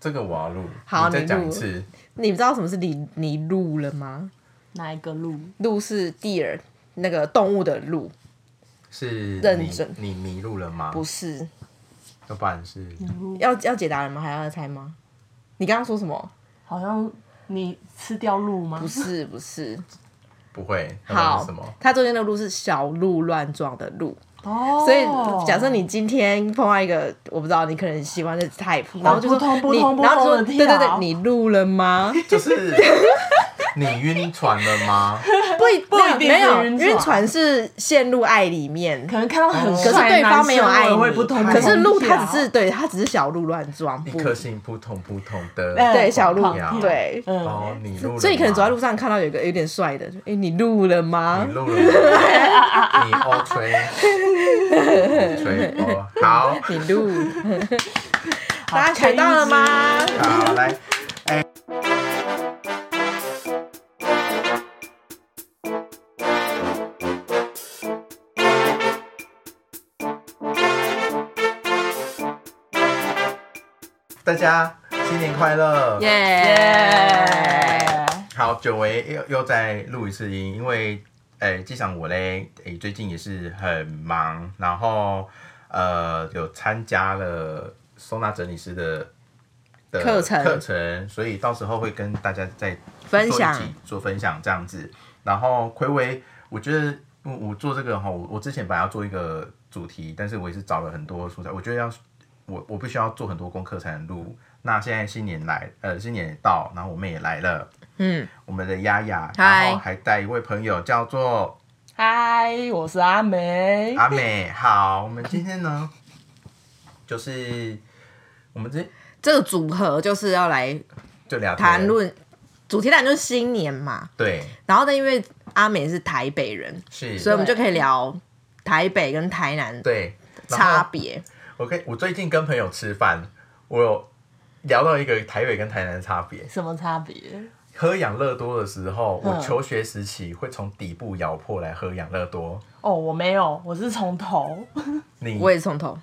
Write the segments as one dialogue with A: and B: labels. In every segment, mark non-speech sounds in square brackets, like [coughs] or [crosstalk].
A: 这个我要录，
B: 好
A: 你再
B: 你
A: 讲
B: 录
A: 一次。
B: 你知道什么是泥泥鹿了吗？
C: 哪一个路？
B: 鹿是 deer 那个动物的鹿，
A: 是
B: 认
A: 你
B: 真
A: 你迷路了吗？
B: 不是。
A: 要不然是
B: 要要解答了吗？还要猜吗？你刚刚说什么？
C: 好像你吃掉鹿吗？
B: 不是，不是。
A: 不会。 [laughs] 要不然是
B: 好
A: 什么？， [laughs]
B: 它中间的鹿是小鹿乱撞的鹿，
C: 哦，
B: 所以假设你今天碰到一个我不知道你可能喜欢的 type，然
C: 哦
B: 后就说
C: 扑通扑
B: 你，
C: 通扑
B: 然后就说
C: 通地
B: 对对对，
C: 跳
B: 你录了吗？
A: 就是你晕船了吗？
B: 不一
C: [laughs] 不一定
B: 没有
C: 是晕船
B: 晕船是陷入爱里面，
C: 可能看到很
B: 可是
C: 帅的
B: 对
C: 男
B: 方没
C: 生，
B: 有
C: 我
B: 爱
C: 也
B: 你，
C: 会不通
B: 可是鹿它
C: 他
B: 只是对它只是小鹿乱撞，
A: 一
B: 不
A: 颗心扑通扑通的。
C: 哎
B: 对小鹿
C: 狂
A: 跳
B: 对，
A: 哦，
C: 嗯，
A: 你录了吗，
B: 所以可能走在路上看到有一个有点帅的，哎，你录了吗
A: 你？录了吗，你 O 吹，
B: [laughs]
A: 吹波，哦好，
B: 你录，
A: [laughs]
C: 好
B: 大家学到了吗？
A: 好来，哎、大家新年快乐！
B: 耶！
C: 耶！
A: 好，久违又又再录一次音，因为诶，机、场我嘞，诶、最近也是很忙，然后呃，有参加了收纳整理师的的
B: 课程
A: 课程，所以到时候会跟大家再
B: 分享
A: 做一集做分享这样子。然后葵违，我觉得嗯我做这个哈，我我之前本来要做一个主题，但是我也是找了很多素材，我觉得要我我必须要做很多功课才能录。那现在新年来，呃，新年也到，然后我妹也来了，
B: 嗯，
A: 我们的丫丫，
B: 嗨
A: 然后还带一位朋友叫做
C: 嗨，我是阿梅。
B: 啊
A: 阿美。好，我们今天呢，就是我们这
B: 这个组合就是要来
A: 就聊天
B: 谈，论主题，当然就是新年嘛。
A: 对，
B: 然后呢，因为阿美是台北人，
A: 是，
B: 所以我们就可以聊台北跟台南的
A: 对然后嗯
B: 差别。
A: 我跟我最近跟朋友吃饭，我有聊到一个台北跟台南的差别。
C: 什么差别？
A: 喝养乐多的时候，
C: 嗯
A: 我求学时期会从底部咬破来喝养乐多。
C: 哦，我没有，我是从头，
A: 你
B: 我也是从头，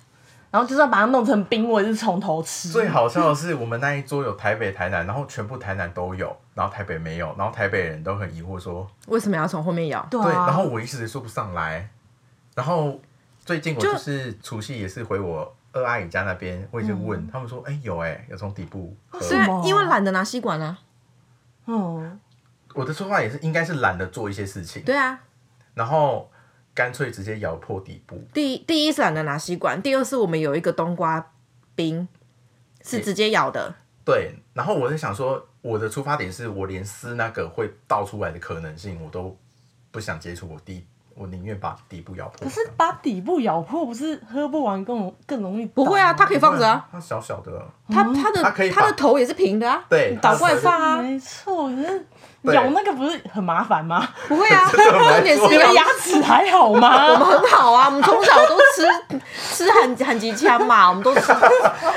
C: 然后就算把它弄成冰，我也是从头吃。
A: 最好笑的是，我们那一桌有台北、台南，然后全部台南都有，然后台北没有，然后台北人都很疑惑说，
B: 为什么要从后面咬？
C: 对
A: 对，
C: 啊，
A: 然后我一时也说不上来。然后最近我
B: 就
A: 就是除夕也是回我二阿姨家那边，我也就问、他们说，哎、有哎、有从底部喝。
B: 嗯虽
C: 什么
B: 然啊因为懒得拿吸管啊。
C: 嗯，
A: 我的说法也是，应该是懒得做一些事情，
B: 对啊，
A: 然后干脆直接咬破底部。
B: 第一第一是懒得拿吸管，第二是我们有一个冬瓜冰是直接咬的，
A: 对，然后我在想说，我的出发点是我连撕那个会倒出来的可能性我都不想接触，我底我宁愿把底部咬破。
C: 可是把底部咬破，不是喝不完更更容易倒
B: 不
C: 吗？
B: 会啊，它可以放着啊，
A: 它小小的，
B: 它它的
A: 它可以把
B: 它的头也是平的啊，
A: 对，
B: 倒过来放啊，
C: 没错，可是
A: 对
C: 咬那个不是很麻烦吗？
B: 不会啊，
A: 这怎么来
B: 重点是
A: 说
C: [laughs] 你
B: 咬
C: 们牙齿还
B: [laughs]
C: 好
B: 我们
C: 吗？
B: 很好啊，我们从小都吃吃韩韩吉枪嘛，我们都吃，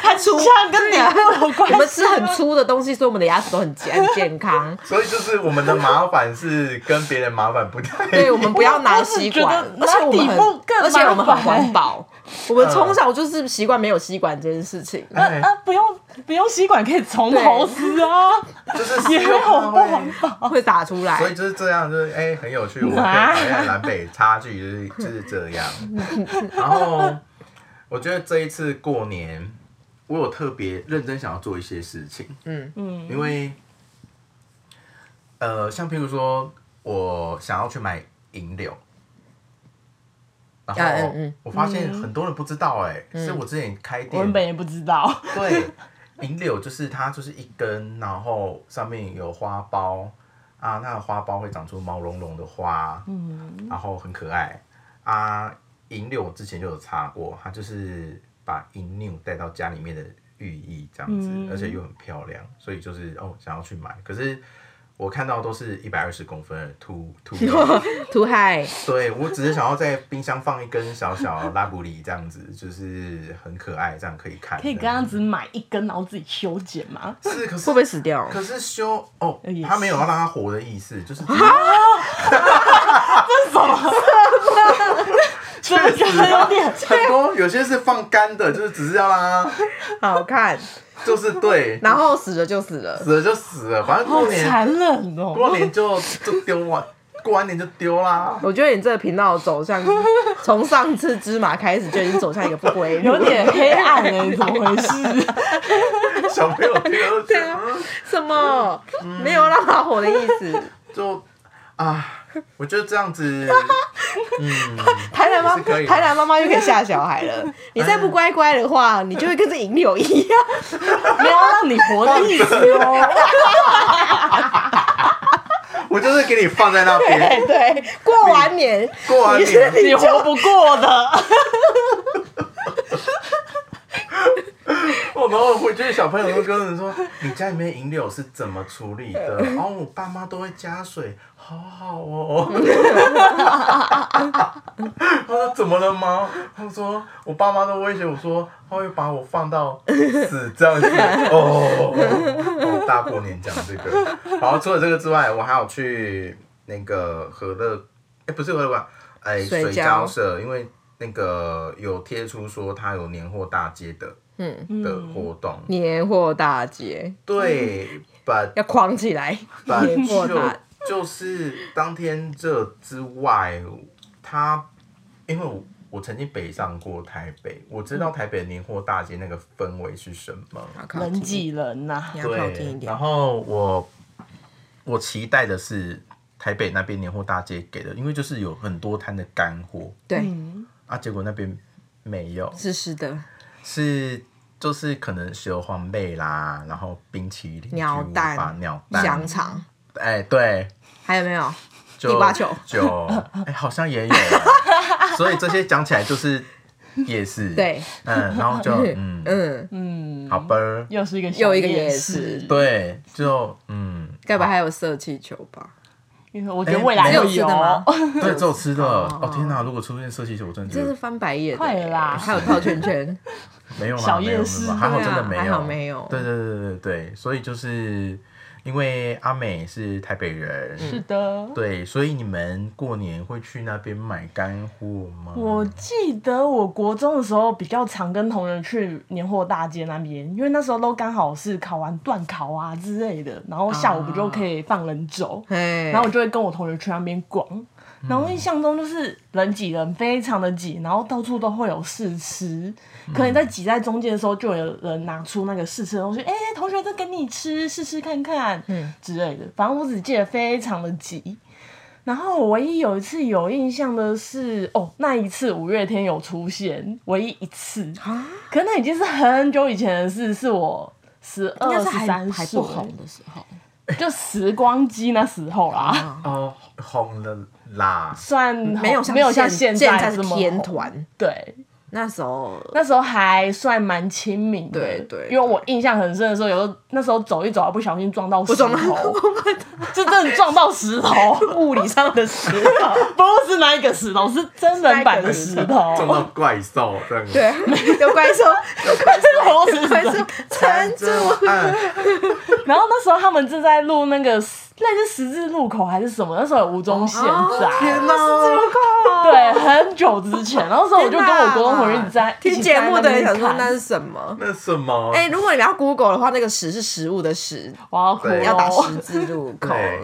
C: 它出像跟脸部有关系吗
B: 我们吃很粗的东西，所以我们的牙齿都很健很健康。
A: 所以就是我们的麻烦是跟别人麻烦不太一
B: 对，
A: 样。
B: 我们不要拿吸管，而
C: 我我
B: 且我们
C: 只觉得拿
B: 很
C: 底部更，
B: 而且我们很
C: 麻烦
B: 环保。我们从小就是习惯没有吸管这件事情。
A: 哎
C: 啊，不用不用吸管，可以从头撕啊，
A: [laughs] 就是欸
C: 也没有不环
A: 会
C: 保。
B: 会打出来
A: 所，以就是这样，就是哎、很有趣。我们可以
C: 啊
A: 发现南北差距就是就是这
B: [laughs]
A: 样。然后我觉得这一次过年，我有特别认真想要做一些事情。
B: 嗯
C: 嗯，
A: 因为，呃，像譬如说，我想要去买银柳，
B: 啊
A: 然
B: 嗯
A: 后
B: 嗯
A: 我发现很多人不知道、欸，哎、是我之前开
C: 我们
A: 店，
C: 本也不知道。
A: 对，银柳就是它就是一根，然后上面有花苞啊，那个花苞会长出毛茸茸的花，
C: 嗯，
A: 然后很可爱啊。银柳我之前就有查过，它就是把银柳带到家里面的寓意这样子，
C: 嗯
A: 而且又很漂亮，所以就是哦想要去买。可是我看到都是一百二十公分的秃
C: [laughs]
A: 秃柳，
B: 涂海
A: 对我只是想要在冰箱放一根小小拉布里这样子，就是很可爱，这样可以看。
C: 可以这样子买一根，然后自己修剪吗？
A: 是，可是
B: 会不会死掉？
A: 可是修哦
C: 也，是
A: 他没有要让它活的意思，就是
C: 这
B: 啊
C: 啊个有点
A: 很多有些是放干的，就是只是要让它 [laughs]
B: 好看，
A: 就是对，
B: 然后死了就死了。
A: 死了就死了，反正
C: 好
A: 过年
C: 残忍哦！
A: 过完年就就丢完，过完年就丢
B: [laughs]
A: 啦。
B: 我觉得你这个频道的走向，从上次芝麻开始就已经走向一个不归路
C: 有。点黑暗哎、怎么回事？
A: 小朋友听了就觉得嗯
B: [laughs] 什么？没有让他火的意思。
A: 就啊，我觉得这样子，
B: 台南妈
A: 是可以的
B: 台南妈妈又可以吓小孩
A: [laughs]
B: 了。你再不乖乖的话，你就会跟这银柳一样。
C: [laughs] 没有让你活的意思哦。
A: 我就是给你放在那边，
B: [laughs] 对对，过完年，
A: [laughs] 过完
B: 你是
A: 年
B: 你
C: 你
B: 就
C: 活不过的，
A: 我然后我觉得小朋友都跟人说，你家里面银柳是怎么处理的？然后我爸妈都会加水，好好哦。他说怎么了吗？他说我爸妈都威胁我说，他会把我放到死这样子。哦，哦大过年讲这个。然后除了这个之外，我还有去那个和乐，哎、不是和乐馆，哎、
B: 水
A: 水
B: 交
A: 交社，因为那个有贴出说他有年货大街的。的活动。
B: 嗯年货大街
A: 对，but
B: 嗯要框起来，年货
A: but
B: 大
A: 就就是当天这之外，他因为我我曾经北上过台北，我知
B: 嗯
A: 道台北的年货大街那个氛围是什么。
C: 人挤人啊呐、
B: 你要靠近一
A: 对，
B: 点
A: 然。后我我期待的是台北那边年货大街给的，因为就是有很多摊的干货
B: 对，
A: 啊，结果那边没有，
B: 是是的，
A: 是。就是可能蛇皇妹啦，然后冰淇淋、
B: 鸟
A: 巨无
B: 蛋
A: 霸鸟蛋、
B: 香肠
A: 哎、对，
B: 还有没有？
A: 就
B: 地瓜球 [laughs]
A: 酒，哎、好像也有，啊所以这些讲起来就是夜市，，
B: 对，
A: 嗯，然
B: [laughs]
A: 后就嗯，
B: 嗯，
C: 嗯，
A: 好吧，
C: 又是一个小
B: 又一个夜
C: 夜
B: 市
A: 对，就嗯，
B: 该不会还有射气球吧？
C: 因为我觉得未来
B: 哎只有吃
C: 会啊
B: 的吗？
A: 对，只有吃的，
B: 哦
A: 哦天哪，如果出现色气球，我真的觉
B: 真是
A: 得
B: 翻白眼欸，
C: 快了啦
B: 还有套圈圈，
C: [laughs]
A: 没有啦，
C: 小
A: 没有
C: 夜市
A: 没有还好
B: 对啊
A: 真的没有，
B: 还好没有
A: 对对对对对对，所以就是因为阿美是台北人，
B: 嗯
C: 是的。
A: 对，所以你们过年会去那边买干货吗？
C: 我记得我国中的时候比较常跟同仁去年货大街那边，因为那时候都刚好是考完段考啊之类的，然后下午不就可以放人走，
B: 哎，
C: 然后我就会跟我同学去那边逛，然后印象中就是人挤人，非常的挤，然后到处都会有试吃，可能在挤在中间的时候，就有人拿出那个试吃的
B: 嗯
C: 东西，哎、同学，这给你吃，试吃看看，嗯之类的。反正我只记得非常的挤。然后我唯一有一次有印象的是，哦，那一次五月天有出现，唯一一次，
B: 啊，
C: 可那已经是很久以前的事，是我十
B: 应该是
C: 二十
B: 还
C: 三
B: 还
C: 岁
B: 不，红的时候，
C: 就时光机那时候啦。
A: 哦红了啦，
C: 算
B: 嗯没有
C: 好没有像
B: 现
C: 在
B: 是
C: 这么
B: 天
C: 红
B: 团，
C: 对，
B: 那时候
C: 那时候还算蛮亲民的，
B: 对对
C: 因为我印象很深的时候，有时候那时候走一走，啊还不小心撞到石
B: 撞到
C: 头，是真的撞到石头，
B: [laughs] 物理上的石头，
C: [laughs] 不是那一个石头，是真人版的石
A: 撞
C: 头，
A: 到哦怪兽这样子。
B: 对，啊有怪
C: [laughs]
B: 兽，
C: 头石头
B: 怪兽缠住， [laughs]
A: 哎
C: 然后那时候他们正在录那个类似十字路口还是什么，那时候有吴宗宪
B: 哦
C: 在。
A: 天哪！
C: 对，很久之前，然后那时候我就跟我国中同学一直在一
B: 听
C: 起
B: 节
C: 在
B: 目
C: 那
B: 的
C: 边
B: 人想说
C: 看
B: 那是什么？
A: 那什么？
B: 哎、如果你要 Google 的话，那个“十”是食物的“食
C: 我要”，哭
A: 对
C: 咯
B: 要打十字路口。
A: 对。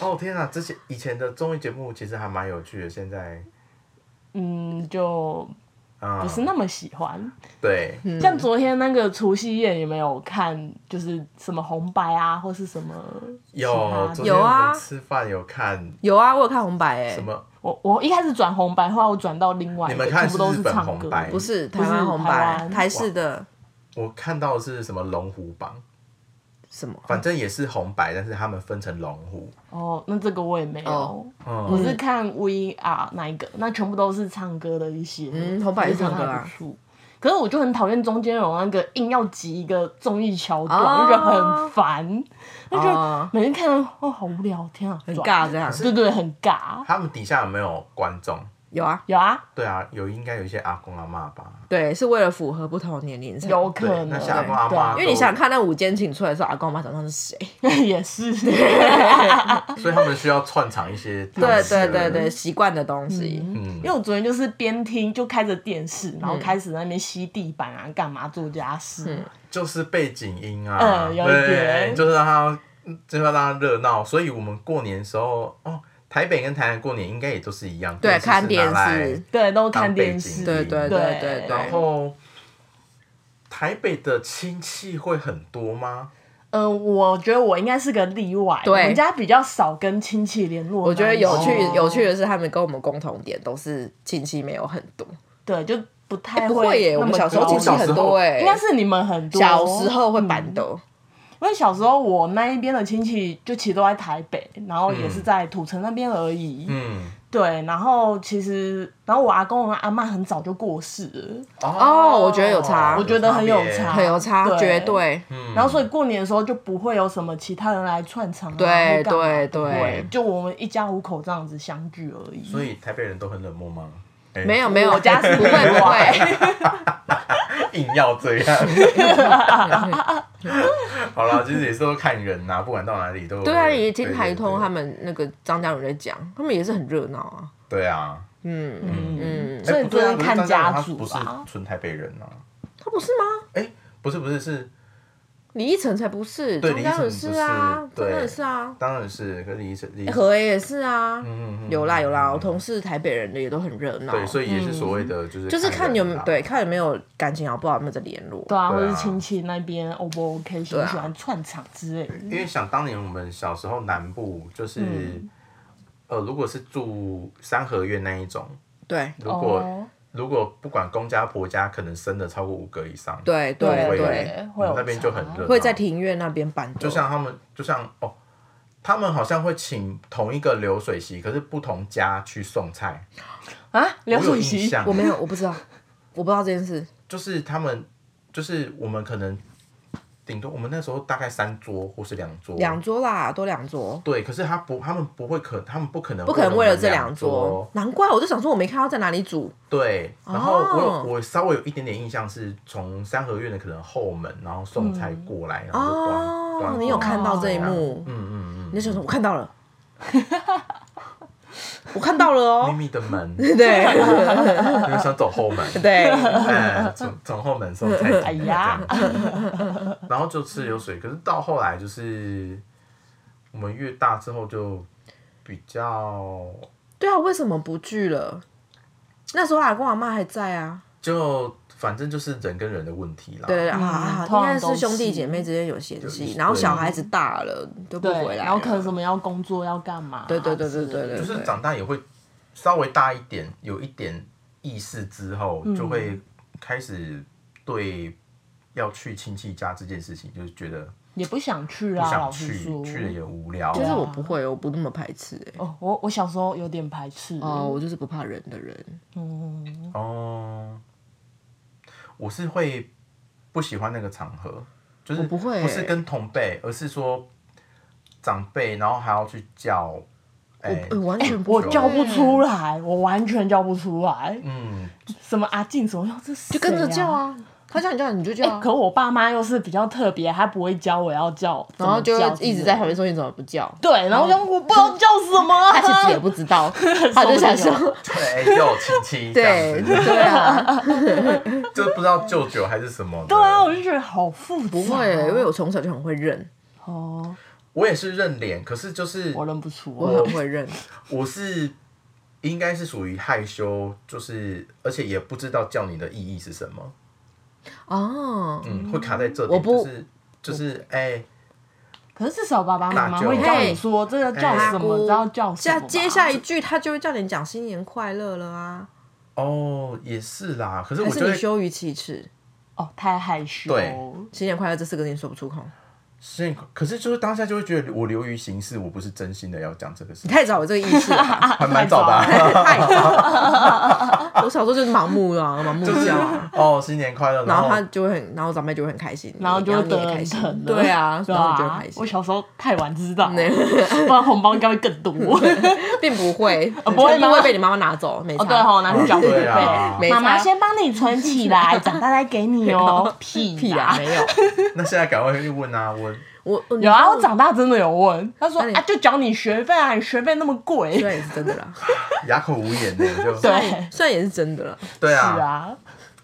A: 哦天哪！这些以前的综艺节目其实还蛮有趣的，现在
C: 嗯，就
A: 啊，
C: 不是那么喜欢。
A: 对，
B: 嗯
C: 像昨天那个除夕夜，你们有看就是什么红白啊，或是什么？
A: 有
C: 其
A: 昨
C: 他的
A: 天
B: 有啊
A: 我们吃饭有看
B: 有啊，我有看红白哎、
A: 什么？
C: 我我一开始转红白，后来我转到另外一
A: 你
C: 个，
A: 们看
C: 全部都
A: 是日本
C: 唱
A: 红
C: 歌。
A: 白
B: 不是台
C: 是
B: 湾红
C: 台
B: 白，
C: 湾
B: 台式的
A: 我看到的是什么龙虎榜，
B: 什么？
A: 反正也是红白，但是他们分成龙虎。
C: 哦，那这个我也没有，
B: 哦
C: 我
A: 嗯，
C: 是看 V R 那一个，那全部都是唱歌的一些，
B: 嗯红白也
C: 非
B: 是唱
C: 常
B: 歌啊
C: 还不错。可是我就很讨厌中间有那个硬要挤一个综艺桥段，
B: 哦
C: 我就觉得很烦，那
B: 哦
C: 就每天看哦好无聊，天啊，
B: 很
C: 转
B: 尬这样。
C: 对对，很尬。
A: 他们底下有没有观众？
B: 有啊，
C: 有啊，
A: 对啊，有应该有一些阿公阿妈吧？
B: 对，是为了符合不同年龄层。
C: 有可
A: 对
C: 能。
A: 那像阿公阿嬷
B: 因为你想看那五间请出来的时候，阿公阿妈长上是谁？
C: 对 [laughs]
B: [laughs]
C: 也是，
A: 所以他们需要串场一些
B: 对对对对，，习惯的东西。
A: 嗯
C: 因为我昨天就是边听就开着电视，
B: 嗯
C: 然后开始在那边吸地板啊，干嘛做家事，
A: 就是背景音啊，
C: 嗯有一
A: 对，
C: 点
A: 就是让它，就是要让它热闹。所以我们过年的时候，哦，台北跟台南过年应该也都是一样，
B: 对
A: 电视
B: 看电视
A: 是拿来
C: 对，都
A: 当
C: 看
A: 背
C: 电
A: 景
C: 视，
B: 对对对
C: 对
B: 对
A: 然
B: 对。
A: 后，台北的亲戚会很多吗？
C: 呃，我觉得我应该是个例外，
B: 对
C: 我们家比较少跟亲戚联络。
B: 我觉得有趣
A: 哦
B: 有趣的是，他们跟我们共同点都是亲戚没有很多。
C: 对，就不
B: 哎
C: 太
B: 不会耶，
C: 那
B: 我们
C: 么
B: 小时候
C: 高
B: 亲戚
A: 小时
B: 很
A: 候
B: 多哎，
C: 应该是你们很多
B: 小时，候会板豆，
C: 因为小时候我那一边的亲戚就其实都在台北，然后
B: 嗯
C: 也是在土城那边而已。
A: 嗯，
C: 对，然后其实，然后我阿公和阿妈很早就过世了，
B: 哦我觉得有差
C: 我觉得很有
A: 别
C: 差
B: 很有差，
C: 对
B: 绝对。
A: 嗯
C: 然后所以过年的时候就不会有什么其他人来串场啊，
B: 对
C: 或干嘛
B: 对
C: 不会
B: 对
C: 就我们一家五口这样子相聚而已。
A: 所以台北人都很冷漠吗？哎
B: 没有没有，
C: 我家是
B: 不会不会，
A: 硬要这
B: [laughs]
A: 样。好了，其实也是都看人呐、不管到哪里都有。
B: 对啊，也听台通他
A: 们。
B: 们那个张嘉伦在讲，他们也是很热闹啊。
A: 对啊，
B: 嗯，
C: 嗯，
A: 哎
C: 所以
A: 不对啊
C: 真的看家
A: 可
C: 族
A: 是张嘉
C: 吧
A: 伦他不是纯台北人啊。
B: 他不是吗？
A: 哎、不是不是是，
B: 李依晨才不是，
A: 对
B: 张嘉伦是啊，
A: 李依晨不是
B: 张
A: 对
B: 嘉伦是啊，
A: 当然是，可是李晨李
B: 哎何 A 也是啊，
A: 嗯嗯嗯
B: 有啦有啦，我同事台北人的也都很热闹，
A: 对，所以也是所谓的就是、
B: 啊
A: 啊
B: 就是看有没有对
A: 对
B: 看有没有感情好不好，有没有在联络。
C: 对啊，
A: 对
C: 或
A: 啊
C: 者是亲戚那边 O 不 OK，喜
B: 对
C: 不
B: 啊
C: 喜欢串场之类的。
A: 因为想当年我们小时候南部就是。呃，如果是住三合院那一种，
B: 对
A: 如果、
C: 哦
A: 如果不管公家婆家，可能生的超过五个以上，
B: 对
A: 会
B: 对
A: 有
B: 对，
A: 我
C: 会有
A: 们那边就很
C: 差
A: 热闹，
B: 会在庭院那边办桌，
A: 就像他们，就像哦，他们好像会请同一个流水席，可是不同家去送菜。
C: 啊，流
A: 我有
C: 水
A: 印
C: 席
A: 象
B: 我没有我不知道，
A: [laughs]
B: 我不知道这件事。
A: 就是他们，就是我们可能顶多我们那时候大概三桌或是两桌，
B: 两桌啦，多两桌，
A: 对。可是他不，他们不会可，他们不可能
B: 不可能为
A: 了
B: 了
A: 我们
B: 这
A: 两
B: 两桌，难怪我就想说我没看到在哪里煮，
A: 对，然后我有、
B: 哦
A: 我稍微有一点点印象是从三合院的可能后门，然后送菜过来，然后就端、
B: 哦
A: 端过来
B: 你有看到这一幕
A: 嗯嗯嗯，
B: 你就想说我看到了， [laughs] 我看到了
A: 秘
B: 哦，
A: 密的门， [laughs]
B: 对对
A: 你们想走后门，
B: 对
A: 哎，从从后门送菜进来，
C: 哎呀
A: 这样子，然后就吃流水。可是到后来就是我们越大之后就比较
B: 对啊，为什么不聚了？那时候阿公阿妈还在啊，
A: 就反正就是人跟人的问题啦。
B: 对对对啊，
C: 嗯
B: 应
C: 通
B: 该
C: 常都
B: 是
C: 是
B: 兄弟姐妹之间有嫌隙，
A: 对
B: 然后小孩子大了就不回
C: 对，
B: 来了，
C: 然后可能什么要工作要干嘛啊之
B: 对
C: 类的，
B: 对对对对对，
A: 就是长大也会稍微大一点，有一点意识之后，
C: 嗯
A: 就会开始对要去亲戚家这件事情，就是觉得
C: 也不想去
A: 不
C: 啊，
A: 想
C: 老实
A: 去，
C: 说。
A: 去了也无聊。啊
B: 其实我不会，我不那么排斥哎、
C: 哦，我我小时候有点排斥
B: 哦，我就是不怕人的人，
C: 嗯，
A: 哦，我是会不喜欢那个场合，就是
B: 我不会
A: 是跟同辈，而是说长辈，然后还要去叫，哎、
B: 我完全不
C: 我
B: 会
C: 叫不出来，我完全叫不出来，
A: 嗯，
C: 什么阿静什么样，这
B: 就
C: 就
B: 跟着叫。啊，他叫你叫你就叫、
C: 哎，
B: 啊，
C: 可我爸妈又是比较特别，他不会教我要叫，
B: 然后就
C: 怎么叫之
B: 一直
C: 类
B: 在
C: 的
B: 旁边说你怎么不叫，
C: 对，然后我想我不知道叫什么啊，
B: [laughs] 他其实也不知
C: [laughs]
B: 道，他就想说， [laughs]
A: 对，哎又有亲戚这
B: 对
A: 样子，
B: 对啊，
A: 就不知道舅舅还是什么的。
C: 对啊，我就觉得好复杂。
B: [laughs] 不会、 [laughs] 因为我从小就很会认，
C: 哦，
A: 我也是认脸，可是就是
C: 我认不出。哦
B: 我很会认，
A: 我是应该是属于害羞，就是而且也不知道叫你的意义是什么，
B: 哦，
A: 嗯，会卡在这里，
B: 我不
A: 就是就是哎、
C: 可是至少爸爸妈
A: 那
C: 妈
A: 就
C: 会叫你说这个叫什么，知道叫什
B: 下
C: 么吧。
B: 哎接下一句他就会叫你讲新年快乐了啊，
A: 哦，也是啦，可是我
B: 还
A: 觉
B: 是
A: 得
B: 你羞于启齿，
C: 哦，太害羞。
A: 对
B: 新年快乐这四个字你说不出口，
A: 是，可是就是当下就会觉得我流于形式，我不是真心的要讲这个
B: [laughs]
A: 事
B: 你
A: 情，
B: 太早有这个意识了
C: [laughs]
B: 吧，
A: 还蛮早的、啊。
B: 太早。 [laughs] 我小时候就是盲目啊，盲
A: [laughs]
B: 目
C: [laughs]
A: 就是
B: 叫啊。
A: 哦，新年快乐，
B: 然
A: 然
B: 后他就会很，然后长辈就会很开心，
C: 然后就
B: 你
C: 得
B: 也 [laughs] 开
C: 很
B: 心
C: 疼，的，
B: 对啊，
C: 对
B: 然后你就
C: 啊
B: 会开，心
C: 我。小时候太晚知
B: [laughs]
C: 道，不然红包应该会更多。
B: 并不
C: [laughs]
B: 会，
C: 哦不会吗
B: 不会被你妈妈拿走，没差。
C: 哦，对吼，拿去缴会
A: 对啊
B: 没
C: 费，
B: 差
C: 妈妈先帮你存
B: [laughs]
C: 起来，长大再给你哦。屁
B: 屁
C: 啦
B: 啊，！没有。
A: 那现在赶快去问啊，我
B: 我哦我
C: 有啊，我长大真的有问，他说
B: 那你
C: 啊，就缴你学费啊，你学费那么贵。
B: 虽然也是真的啦，
A: 哑口无言呢，就
C: 对
B: 虽然也是真的啦，
A: 对
C: 是
A: 啊，
C: 啊，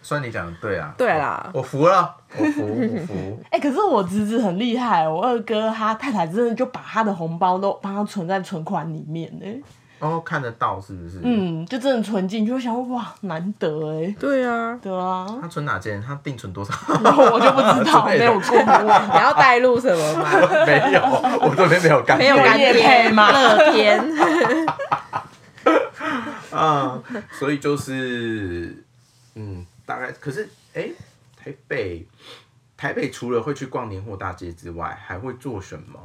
A: 虽然你讲的对啊，
B: 对啦
A: 我服了，我服，我服，
C: 哎、可是我侄子很厉害，我二哥他太太真的就把他的红包都帮他存在存款里面呢、
A: 哦，看得到是不是？，
C: 嗯，就真的存进去，我想说哇，难得哎、
B: 对啊，
C: 对啊，
A: [laughs] 他存哪间？他定存多少？ [laughs]
C: 然后我就不知道，
A: 之类
C: 没
A: 的
C: 有过问。
B: 你要带入什么吗？
A: 没有，我这边没有干，
B: 没有干
C: 有业配
B: [laughs] 爹 [laughs]
C: 吗
B: 乐天，
A: 啊，所以就是，嗯，大概，可是，哎、台北，台北除了会去逛年货大街之外，还会做什么？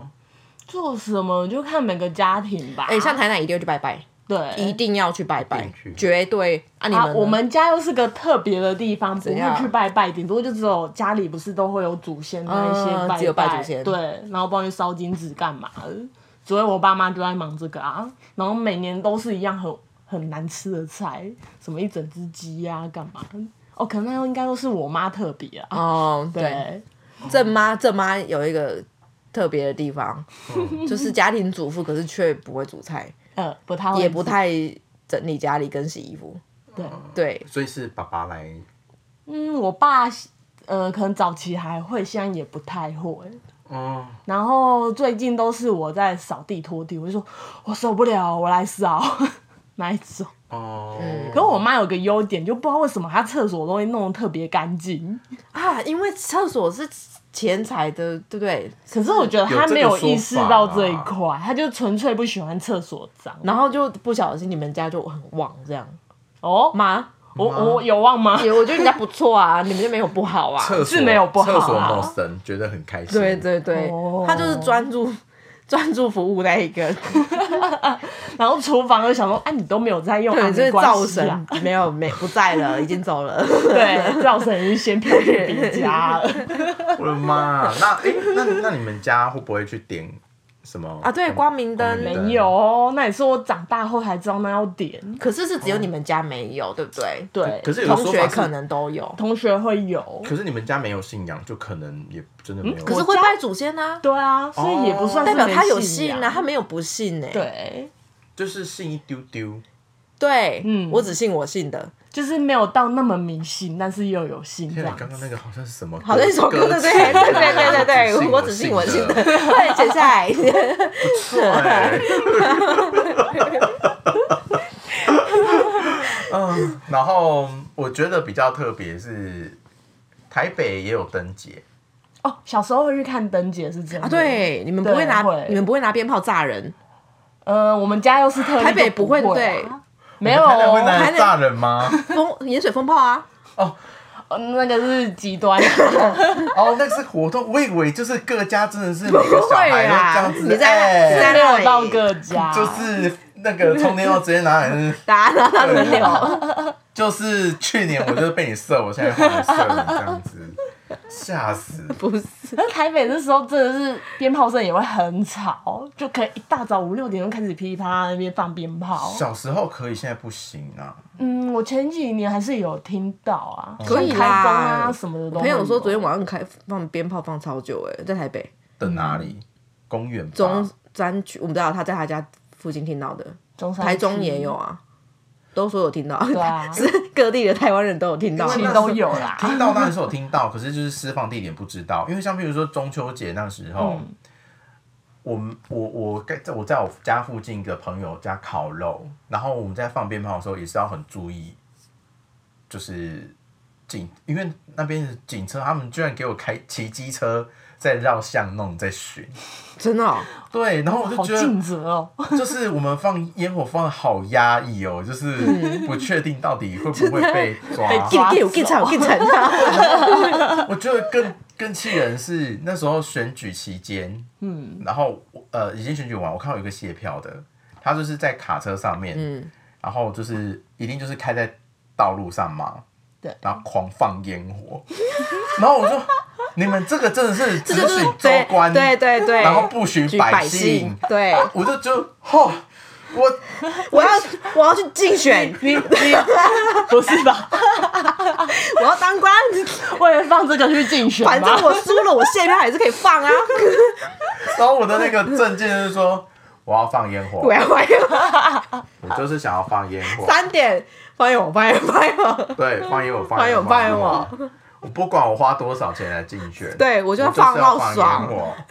C: 做什么就看每个家庭吧。
B: 哎，像台南一定要去拜拜，
C: 对，
B: 一定要去拜
A: 一
B: 拜
A: 定去，
B: 绝对。啊，你
C: 啊，
B: 们
C: 我
B: 我
C: 们家又是个特别的地方，不
B: 怎样
C: 会去拜拜，顶多就只有家里不是都会有祖先那一些
B: 嗯
C: 拜
B: 只有拜祖先
C: 对，然后帮你烧金纸干嘛的。所以我爸妈就在忙这个啊，然后每年都是一样很很难吃的菜，什么一整只鸡呀、干嘛的？哦，可能那应该都是我妈特别啊。
B: 哦，对，
C: 对，
B: 正妈正妈有一个特别的地方，
A: 嗯
B: 就是家庭主妇，可是却不会煮菜，
C: 呃，不太会
B: 哦也不太整理家里跟洗衣服。
C: 对。
B: 对，
A: 所以是爸爸来，
C: 嗯，我爸呃，可能早期还会，现在也不太会。
A: 哦，
C: 然后最近都是我在扫地拖地，我就说我受不了，我来扫 [laughs] 哪一种？
A: 哦，
B: 嗯
C: 可我妈有个优点，就不知道为什么她厕所都会弄得特别干净。
B: 啊，因为厕所是钱财的，对不对？
C: 可是我觉得她没有意识到这一
A: 有这个
C: 块，她就纯粹不喜欢厕所脏。
B: 然后就不小心你们家就很旺这样
C: 哦，
B: 吗？
C: 我我有忘吗？ [laughs]
B: 也我觉得人家不错啊，你们就没有不好啊。
A: 厕所
C: 是没有不好啊
A: 厕所陌生，觉得很开心，
B: 对对对，
C: 哦
B: 他就是专注专注服务那一个，
C: 然后厨房就想说，哎、你都没有在用，
B: [laughs]
C: 啊
B: 对，就是
C: 没关
B: 灶
C: 系啊
B: 神没有没不在了，已经走了。
C: 对，造神已经先飘去别家了。
A: 我的妈！那哎、那那你们家会不会去点什么
B: [laughs]
A: 嗯
B: 啊对光明灯
A: 光
C: 没有哦，那也是我长大后才知道那要点。
B: 可是是只有你们家没有，对不对？
C: 对，
A: 可是有
B: 同
A: 的说法
B: 学
A: 是
B: 可能都有，
C: 同学会有。
A: 可是你们家没有信仰，就可能也真的没有。
B: 嗯可是会拜祖先啊，
C: 对啊，所以也不算
B: 哦代
C: 是
B: 表他有
C: 没
B: 信
C: 信仰
B: 啊，他没有不信呢。
C: 对，
A: 就是信一丢丢，
B: 对，
C: 嗯
B: 我只信我信的，
C: 就是没有到那么迷信，但是又有信这
A: 天啊，
C: 样
A: 刚刚那
C: 子。
A: 个好像是什么歌？
B: 好像一首歌，
A: 歌词
B: 对
A: 啊
B: 对对对对对对，我只信
A: 信
B: 我信
A: 信
B: 的，快点写下来。
A: 对。嗯， [laughs] 然后我觉得比较特别是台北也有灯节，
C: 哦，小时候会去看灯节是真
B: [laughs]
C: 的。
B: 啊，，对，你们不会拿
C: 对会
B: 你们不会拿鞭炮炸人，
C: 呃，我们家又是特例
B: 台北
C: 就不
B: 不会
C: 啊
B: 对
C: 没有
A: 台南会
C: 哦，
A: 拿来炸人吗？
B: 风盐水风炮啊，
C: 呃那个是
B: [laughs]
C: 极端。 [laughs]
A: 哦，那是活动，我以为就是各家真的是每个小
B: [laughs]
A: 孩都这样子，
B: 啊不会啦你在
A: 哎
B: 在
C: 没有到各家，
A: 就是那个充电要直接拿来，
B: [laughs]
A: 嗯
B: 大家拿轮流。
A: 啊就是去年我就是被你射，我现在换你射你这样
B: [laughs]
A: 子，吓死！
B: 不是，
C: 那台北那时候真的是鞭炮声也会很吵，就可以一大早五六点就开始噼里啪啦那边放鞭炮。
A: 小时候可以，现在不行啊。
C: 嗯，我前几年还是有听到啊，
A: 哦
B: 哦可以
C: 像开工啊
B: 啦
C: 什么的都
B: 我朋
C: 会有。
B: 友说昨天晚上开放鞭炮放超久哎，在台北
A: 的哪里？公园吧
B: 中山区，我不知道他在他家附近听到的，
C: 中山
B: 台中
C: 区
B: 也有啊，都说有听到，
C: 对啊
B: [laughs] 是各地的台湾人都有听到。
C: 其实都有啦。
A: 听到当然是有听到，可是就是释放地点不知道，因为像譬如说中秋节那时候，
C: 嗯
A: 我们我我在我在我家附近一个朋友家烤肉，然后我们在放鞭炮的时候也是要很注意，就是警，因为那边的警车他们居然给我开骑机车在绕巷弄在
C: [laughs]
A: 巡，
B: 真的哦，
A: 对，然后我就
C: 好
A: 觉得
C: 尽责哦，
A: 就是我们放烟火放的好压抑哦，
C: [laughs]
A: 就是不确定到底会不会被抓，
C: 被抓 [laughs]
B: 给给有更惨更惨的，
A: 我觉得更更气人的是那时候选举期间，嗯，然后我呃已经选举完，我看到有一个卸票的，他就是在卡车上面，
B: 嗯，
A: 然后就是一定就是开在道路上嘛，
C: 对
A: 然后狂放烟火，然后我说你们这个真的是只
B: 这就是
A: 许州
B: 对
A: 官，
B: 对对对，
A: 然后不许
B: 举
A: 百
B: 百
A: 姓
B: 姓，，对，
A: 我就就吼、我
B: 我
C: [laughs]
B: 要我要去竞选，
C: 你你 [laughs] 不是吧？
B: 我要当
C: [laughs]
B: 官，
C: 为了放这个去竞选吗？
B: 反正我输了，我卸票还是可以放
C: [laughs]
B: 啊，
A: 然后我的那个证件就是说我要放烟火
B: 我，要放烟火，
A: 我就是想要放烟火，
B: 三点放烟火，放烟火，放烟火，
A: 对，放烟火，
B: 放
A: 放
B: 烟
A: 烟
B: 火
A: 火，
B: 放烟火
A: 火，我不管我花多少钱来竞选，
B: 对我
A: 我
B: 就
A: 就是
B: 放
A: 要
B: 到
A: 放烟
B: 爽，
A: 火。 [laughs]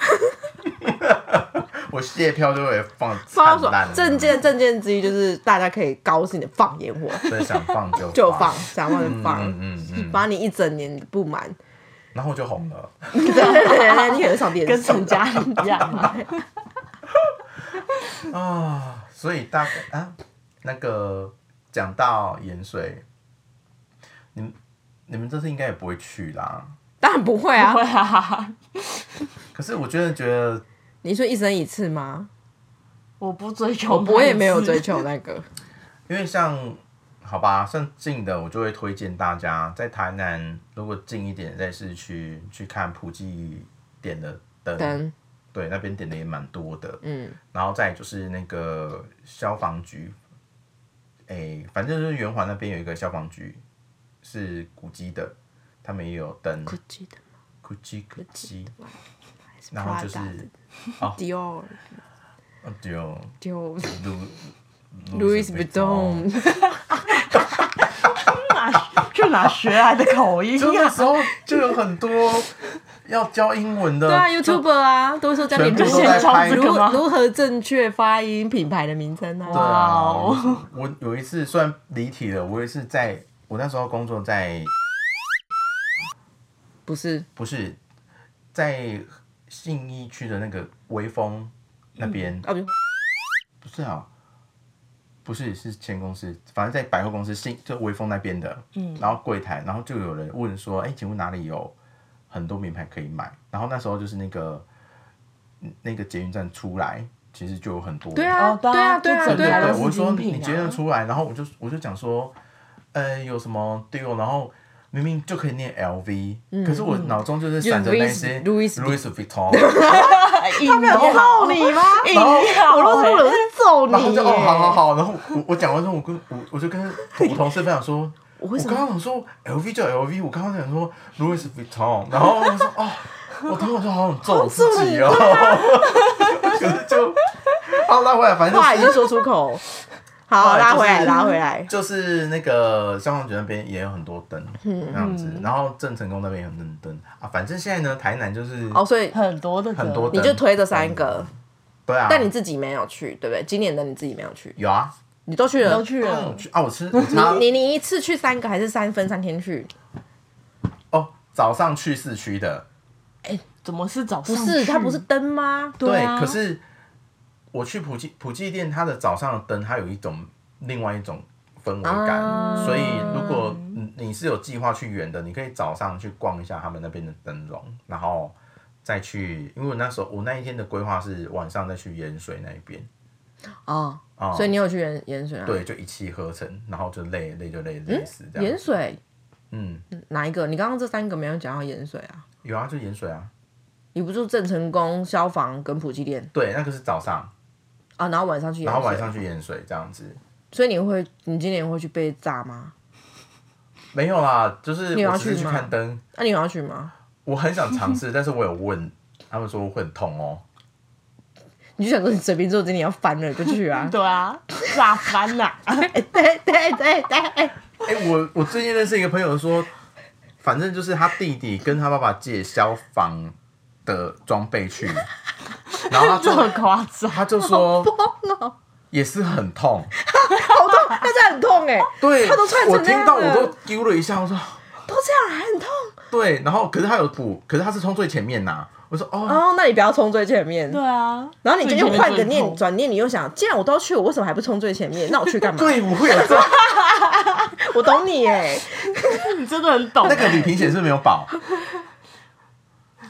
A: 我卸票就会放
B: 放到
A: 灿烂啊
B: 爽。证件证件之一就是大家可以高兴的放烟火，
A: 所以想放就
B: [laughs] 就放，想放就放，
A: 嗯嗯嗯，
B: 把你一整年的不满，
A: [laughs] 然后就红了。
B: 对对对对，你可能上
A: [laughs]
B: 电
C: 跟
B: 视
C: 陈嘉玲一样嘛。
B: [laughs]
A: 啊，所以大概啊，那个讲到盐水，你们你们这次应该也不会去啦。
B: 当然不会啊
C: 会，啊，
A: 可是我真的觉得，
B: 你说一生一次吗？
C: 我不追求
B: 我
C: 那一次，
B: 我也没有追求那个，
A: 因为像好吧，像近的，我就会推荐大家在台南，如果近一点，在市区去看普济点的灯，
B: 灯，
A: [laughs] 对，那边点的也蛮多的。
B: 嗯，
A: 然后再就是那个消防局，诶、反正就是圆环那边有一个消防局是古迹的，他们也有灯，
B: 不记得
A: 古迹古迹，
B: 是
A: 然后就是
B: Prada 的
A: 哦
B: Dior
A: 呃只有
B: Dior
A: 路
B: Louis Vuitton，
A: 嗯
C: 哪去哪学来的口
A: [laughs]
C: 音
A: 就那
C: 啊？
A: 时候就有很多要教英文的，
B: 对啊，YouTuber 啊，都会说教你
A: 全部都
B: 如何
A: 在拍
C: 这
B: 如
C: 个吗
B: 如何正确发音品牌的名称
A: 对啊，
B: 啊，
C: 哇哦
A: 我我有一次虽然离题了，我也是在我那时候工作在
B: 不是
A: 不是在信义区的那个微风那边，
B: 啊，不是
A: 不是啊，不是是前公司，反正在百货公司信就微风那边的，嗯，然后柜台，然后就有人问说，哎、请问哪里有很多名牌可以买？然后那时候就是那个嗯那个捷运站出来，其实就有很多，
B: 对啊，
C: 哦对
B: 对
C: 啊
B: 啊，对
C: 就
B: 啊，
C: 整
B: 对
A: 对
C: 个
B: 啊
C: 都
A: 对，
C: 是，
A: 我就说
C: 精品啊
A: 你结得出来，然后我就我就讲说，呃，有什么 Dior，然后明明就可以念 LV，、可是我脑中就是闪着那些
B: 嗯 Louis-
A: Louis Vuitton，
C: [laughs] 他没有
B: 揍你吗？哦
C: 硬要
B: 我都说
C: 欸
B: 我是揍
A: 然后
B: 你
A: 就哦
B: 耶，
A: 好好好，然后我我讲完之后，我跟我我就跟我同事分享说，
B: [laughs] 我
A: 我
B: 为什
A: 刚
B: 么
A: 刚想说 LV 就 LV，我刚刚想说 Louis Vuitton，然后我说哦，我听我就好想揍我自己哦，[laughs]
B: 啊
A: 可是就好拉回来，反正就
B: 话已
A: 是
B: 经说出口？
A: [laughs]
B: 好，
A: 后来
B: 拉
A: 就是
B: 回来，拉回来，
A: 就是那个消防局那边也有很多灯，
B: 嗯
A: 那样子。然后郑成功那边也有很多灯啊，反正现在呢，台南就是
B: 哦，所以
C: 很多的歌
A: 很多
B: 你
A: 灯
B: 就推这三个，
A: 对啊，
B: 但你自己没有去，对不对？今年的你自己没有去，
A: 有啊，
B: 你都去了
C: 都。去
A: 啊我
B: 嗯
C: 了，
A: 去啊，我吃我吃
B: 你你你一次去三个还是三分三天去？
A: 哦，早上去市区的，
C: 怎么是早
B: 不
C: 上去？
B: 是，它不是灯吗？
A: 对
C: 啊，，！
A: 可是我去普济普济店，它的早上的灯，它有一种另外一种氛围感，
B: 啊
A: 所以如果你你是有计划去远的，你可以早上去逛一下他们那边的灯笼，然后再去，因为我那时候我那一天的规划是晚上再去盐水那一边。
B: 哦，
A: 哦
B: 所以你有去盐盐水啊？，
A: 对，就一气呵成，然后就累累就累累死这样
B: 盐
A: 子。
B: 水
A: 嗯，
B: 哪一个？你刚刚这三个没有讲到盐水啊？
A: 有啊，就盐水啊。
B: 你不就郑成功、消防跟普济店
A: 对，那个是早上，
B: 啊？然后晚上去盐
A: 然
B: 水，
A: 后晚上去盐水这样子。
B: 所以你会，你今年会去被炸吗？
A: 没有啦，就是
B: 你有
A: 我
B: 要
A: 只是
B: 去
A: 去
B: 吗
A: 看灯，
B: 那、啊你有要去吗？
A: 我很想尝试，但是我有问他们说会很痛哦。
B: 你就想说你水瓶座今年要翻了，你就去啊
C: 对啊，炸翻啊
B: [laughs]
C: 啦！
B: 对对对对，
A: [laughs] 哎、我我最近认识一个朋友说，反正就是他弟弟跟他爸爸借消防的装备去，然后他
C: 这
B: [laughs]
A: 就
C: 么夸张，
A: 他就说，也是很痛。
B: 好痛，那这很痛哎、
A: 对，
B: 他都穿成
A: 我
B: 那
A: 听
B: 样
A: 到我
B: 了
A: 都丢了一下，我说。
B: 都这样还很痛。
A: 对，然后可是他有补，可是他是冲最前面呐、我说哦，
B: 哦，那你不要冲最前面。
C: 对啊，
B: 然后你就又换个
C: 最前面最
B: 念
C: 痛
B: 转念，你又想，既然我都要去，我为什么还不冲最前面？那我去干嘛？
A: 对，我会有这
B: 我懂你哎、
C: 你真的很懂欸。
A: 那个旅行险是没有保，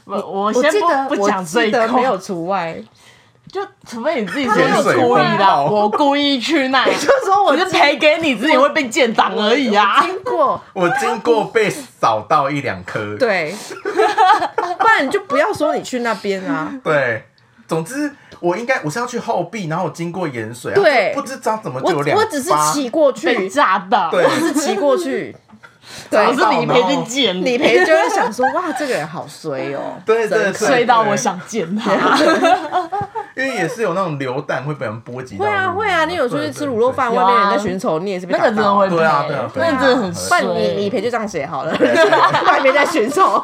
C: 我我
B: 我
C: 先
B: 记得
C: 不不讲这
B: 我
C: 一
B: 记得没有
C: 口，
B: 除外，
C: 就除非你自己
B: 他
C: 真
B: 没有
C: 的
B: 出
C: 故意
A: 来
C: 的，我故意去那，
B: 就说我
C: 我就
B: 经
C: 赔给你，自己会被建档而已啊
B: 我。经过
A: 我经过被扫到一两颗，
B: 对，不然你就不要说你去那边啊。
A: 对，总之我应该我是要去后壁，然后我经过盐水，
B: 对
A: 啊不知道怎么就
B: 我
A: 有两
B: 我只是
A: 疤
B: 骑过
C: 被
B: 去，
C: 炸到，
A: 对
B: 我只是骑过去。
A: 早
B: 对
C: 我是，理赔去见
B: 理赔就会想说，哇，这个人好衰哦。
A: 对对对，
C: 衰到我想见他。
A: 因为也是有那种流弹会被人波及到
B: 会
A: 的那
B: 啊
A: 种。
B: 会啊，你有出去
A: 对
B: 吃卤肉。饭，
C: 对
B: 外
C: 对
B: 面人在寻仇，你也是被
C: 啊那
B: 打
C: 个真的
B: 到
C: 会
B: 啊。
C: 赔，
A: 对啊对啊对啊
C: 那真的很
B: 不
C: 衰。
B: 然你理赔就这样写好了， [laughs] 外面在寻仇，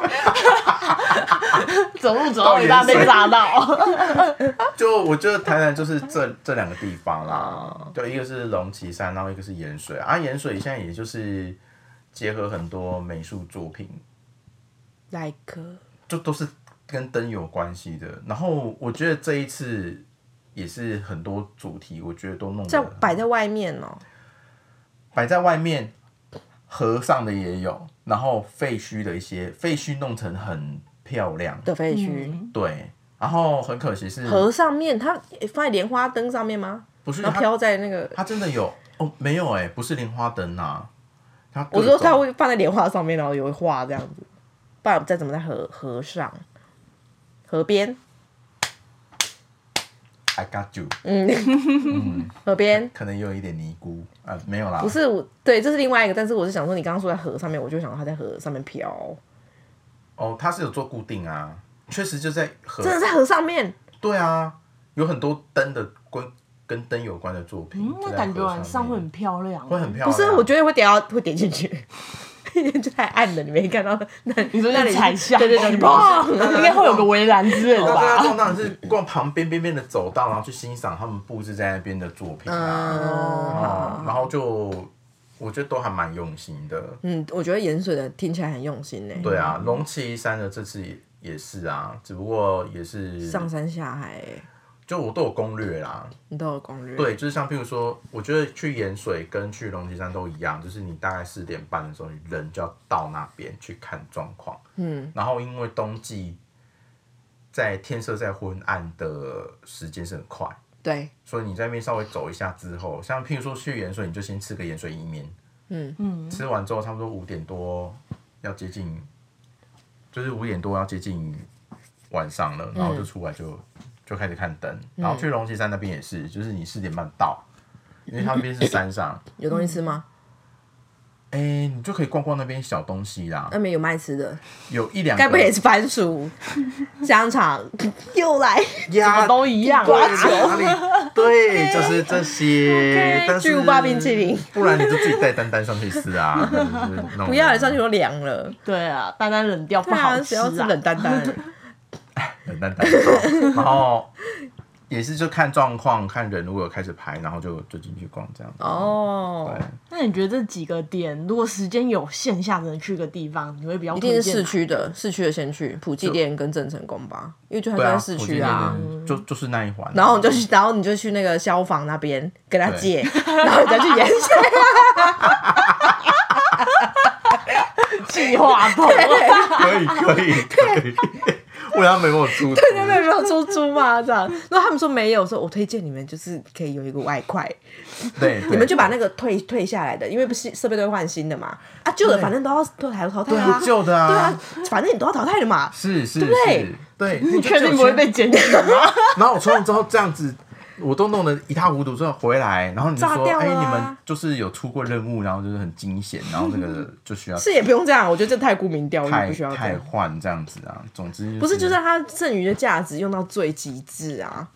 C: 走路走到一半被炸到，
A: 对对就我觉得台南就是这这两个地方
B: [laughs]
A: 啦，就一个是龙旗山，然后一个是盐水啊。盐水现在也就是结合很多美术作品，
B: 来个
A: 就都是跟灯有关系的。然后我觉得这一次也是很多主题，我觉得都弄得
B: 这样
A: 很
B: 摆在外面哦。
A: 摆在外面，和尚的也有，然后废墟的一些废墟弄成很漂亮，
B: 的废墟，
C: 嗯
A: 对。然后很可惜是，
B: 河上面它放在莲花灯上面吗？
A: 不是
C: 嗯
B: 然后
A: 它
B: 飘在那个，
A: 它真的有哦？没有哎、不是莲花灯啊，它各
B: 我说
A: 种
B: 它会放在莲花上面，然后有画这样子，不然再怎么在河河上河边，
A: I got you，
B: 嗯，河边
A: 可能也有一点尼姑啊、没有啦，
B: 不是我对，这是另外一个，但是我是想说，你刚刚说在河上面，我就想到它在河上面飘，
A: 哦，它是有做固定啊，确实就在和
B: 真的在河上面，
A: 对啊，有很多灯的跟跟灯有关的作品，就
C: 嗯，那
A: 在
C: 感觉
A: 河
C: 晚上会
A: 面
C: 很漂亮。
A: 会很漂亮，啊
B: 不是，我觉得会点到 [laughs] 会点进去。就太暗了， [laughs] 你没看到那
C: 你说
B: 那
C: 那
B: 里
C: 踩下，
B: 对对对，你不
C: 哇应该会有个围栏之类的
A: 那大家
C: 吧？
A: 啊通常是逛旁边边边的走道，然后去欣赏他们布置在那边的作品
B: 嗯
A: 啊，哦然后就我觉得都还蛮用心的。
B: 嗯，我觉得盐水的听起来很用心欸呢，
A: 对啊，龙旗山的这次也也是啊，只不过也是
B: 上山下海欸，
A: 就我都有攻略啦。
B: 你都有攻略。
A: 对，就是像譬如说，我觉得去盐水跟去龙旗山都一样，就是你大概四点半的时候，你人就要到那边去看状况。嗯，然后因为冬季在天色在昏暗的时间是很快。
B: 对，
A: 所以你在那边稍微走一下之后，像譬如说去盐水，你就先吃个盐水意面，
B: 嗯
A: 嗯，吃完之后差不多五点多要接近，就是五点多要接近晚上了，
B: 嗯
A: 然后就出来就、就开始看灯，然后去龙旗山那边也是，就是你四点半到，因为它那边是山上， [coughs]
B: 有东西吃吗？
A: 哎、你就可以逛逛那边小东西啦，
B: 那边有卖吃
A: 嗯
B: 的，
A: 有一两
B: 呃该不会也
A: 个
B: 是番 [laughs] 薯、香肠？又来，
A: 呀
C: 都一样
A: 对
C: 啊，
A: 哪里对，就是这些
B: OK，
A: 但是
B: 巨无霸冰淇淋，
A: 不然你就自己带丹丹上去吃
B: [laughs]
A: 啊，就是那种
B: 不要了，上去都凉了。
C: 对啊，单单冷掉不
B: 对
C: 好
B: 啊，
C: 吃
B: 谁要吃冷淡淡的？
A: 冷淡淡，然后也是就看状况，看人如果有开始排，然后就就进去逛这样。
B: [laughs] 哦，
C: 那你觉得这几个点，如果时间有限，下次去个地方，你会比较
B: 一定是
C: 推荐
B: 市
C: 哪
B: 区的，市区的先去普济店跟郑成功吧，因为就它
A: 对
B: 在
A: 啊，
B: 市
A: 我
B: 区
A: 今
B: 啊。
A: 天就就是那一环啊。
B: 然后你就去，然后你就去那个消防那边跟他
A: 对
B: 借，然后你再去盐水。[laughs]
C: 计划
A: [laughs]
C: 通，
A: 可以可以可以，为了他没有租，
B: 你们有没有出租吗？这样，然后他们说没有，我说我推荐你们就是可以有一个外快，
A: 对，
B: 你们就把那
A: 个
B: 个退退下来的，因为不是设备都会换新的嘛，啊旧的反正都要都要淘汰啊，
A: 对旧的啊
B: 对啊，反正你都要淘汰的嘛，
A: 是是
B: 对不对
A: 是，对，你
C: 确定不会被检举吗？
A: 然后我抽完之后这样子，我都弄得一塌糊涂，之后回来，然后你就
B: 炸
A: 说，
B: 掉
A: 哎、
B: 了啊
A: 你们就是有出过任务，然后就是很惊险，然后这
B: [laughs]
A: 个就需要
B: 是也不用这样，我觉得这太沽名钓誉，
A: 太
B: 不需要这
A: 太
B: 样。
A: 换这样子啊。总之、
B: 不是，就是它剩余的价值用到最极致啊，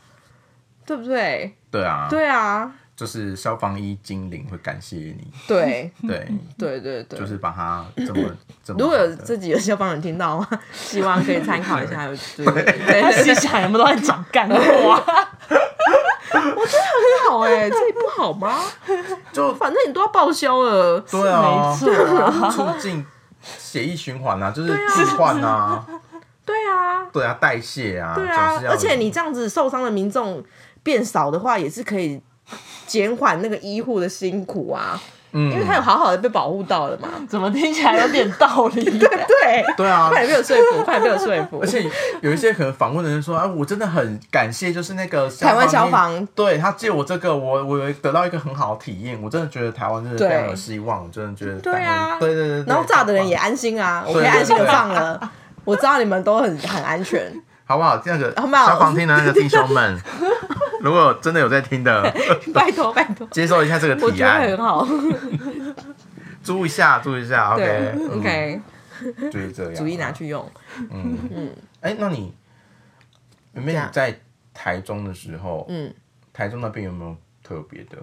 B: 对不对？
A: 对啊，
B: 对啊，
A: 就是消防衣精灵会感谢你，
B: 对
A: 对，
B: 对对对。
A: 就是把它这么这么
B: 嗯如果有
A: 好的
B: 这集有消防人听到的话，希望可以参考一下。对对对对
C: 他心想，你们都在讲干话， [laughs]
B: 好哎、这里不好吗？
A: 就
B: 反正你都要报销了，
A: 对啊，
C: 没错啊
A: 促进血液循环啊，就是置换啊，
B: 对啊，
A: 对啊，代谢啊，
B: 对啊
A: 总是，要
B: 而且你这样子受伤的民众变少的话，也是可以减缓那个医护的辛苦啊。
A: 嗯，
B: 因为他有好好的被保护到了嘛。
C: 怎么听起来有点道理？
B: 对，
A: 对啊，
B: 快点被我说服，快点被我说服
A: 而。且有一些可能访问的人说，啊，我真的很感谢，就是那个
B: [laughs] 台湾消防
A: 那对他借我这个，我我有得到一个很好的体验，我真的觉得台湾真的非
B: 对
A: 常有希望，我真的觉得
B: 对啊
A: 台湾对对对对，
B: 然后炸的人也安心啊，我可以安心的放了。我知道你们都很很安全，
A: 好不好？这样子，
B: 好不好
A: 消防厅的那个弟兄
B: [laughs]
A: 们，如果真的有在听的，
B: 拜托拜托，
A: 接受一下这个
B: 我觉
A: 提
B: 得很
A: 案，
B: 好。
A: 租一下，租一下
B: 对
A: ，OK 嗯
B: OK，
A: 就是这样，
B: 主意拿。去用。
A: 嗯嗯，哎，那你有没
B: 这
A: 有
B: 样
A: 在台中的时候，
B: 嗯，
A: 台中那边有没有特别的？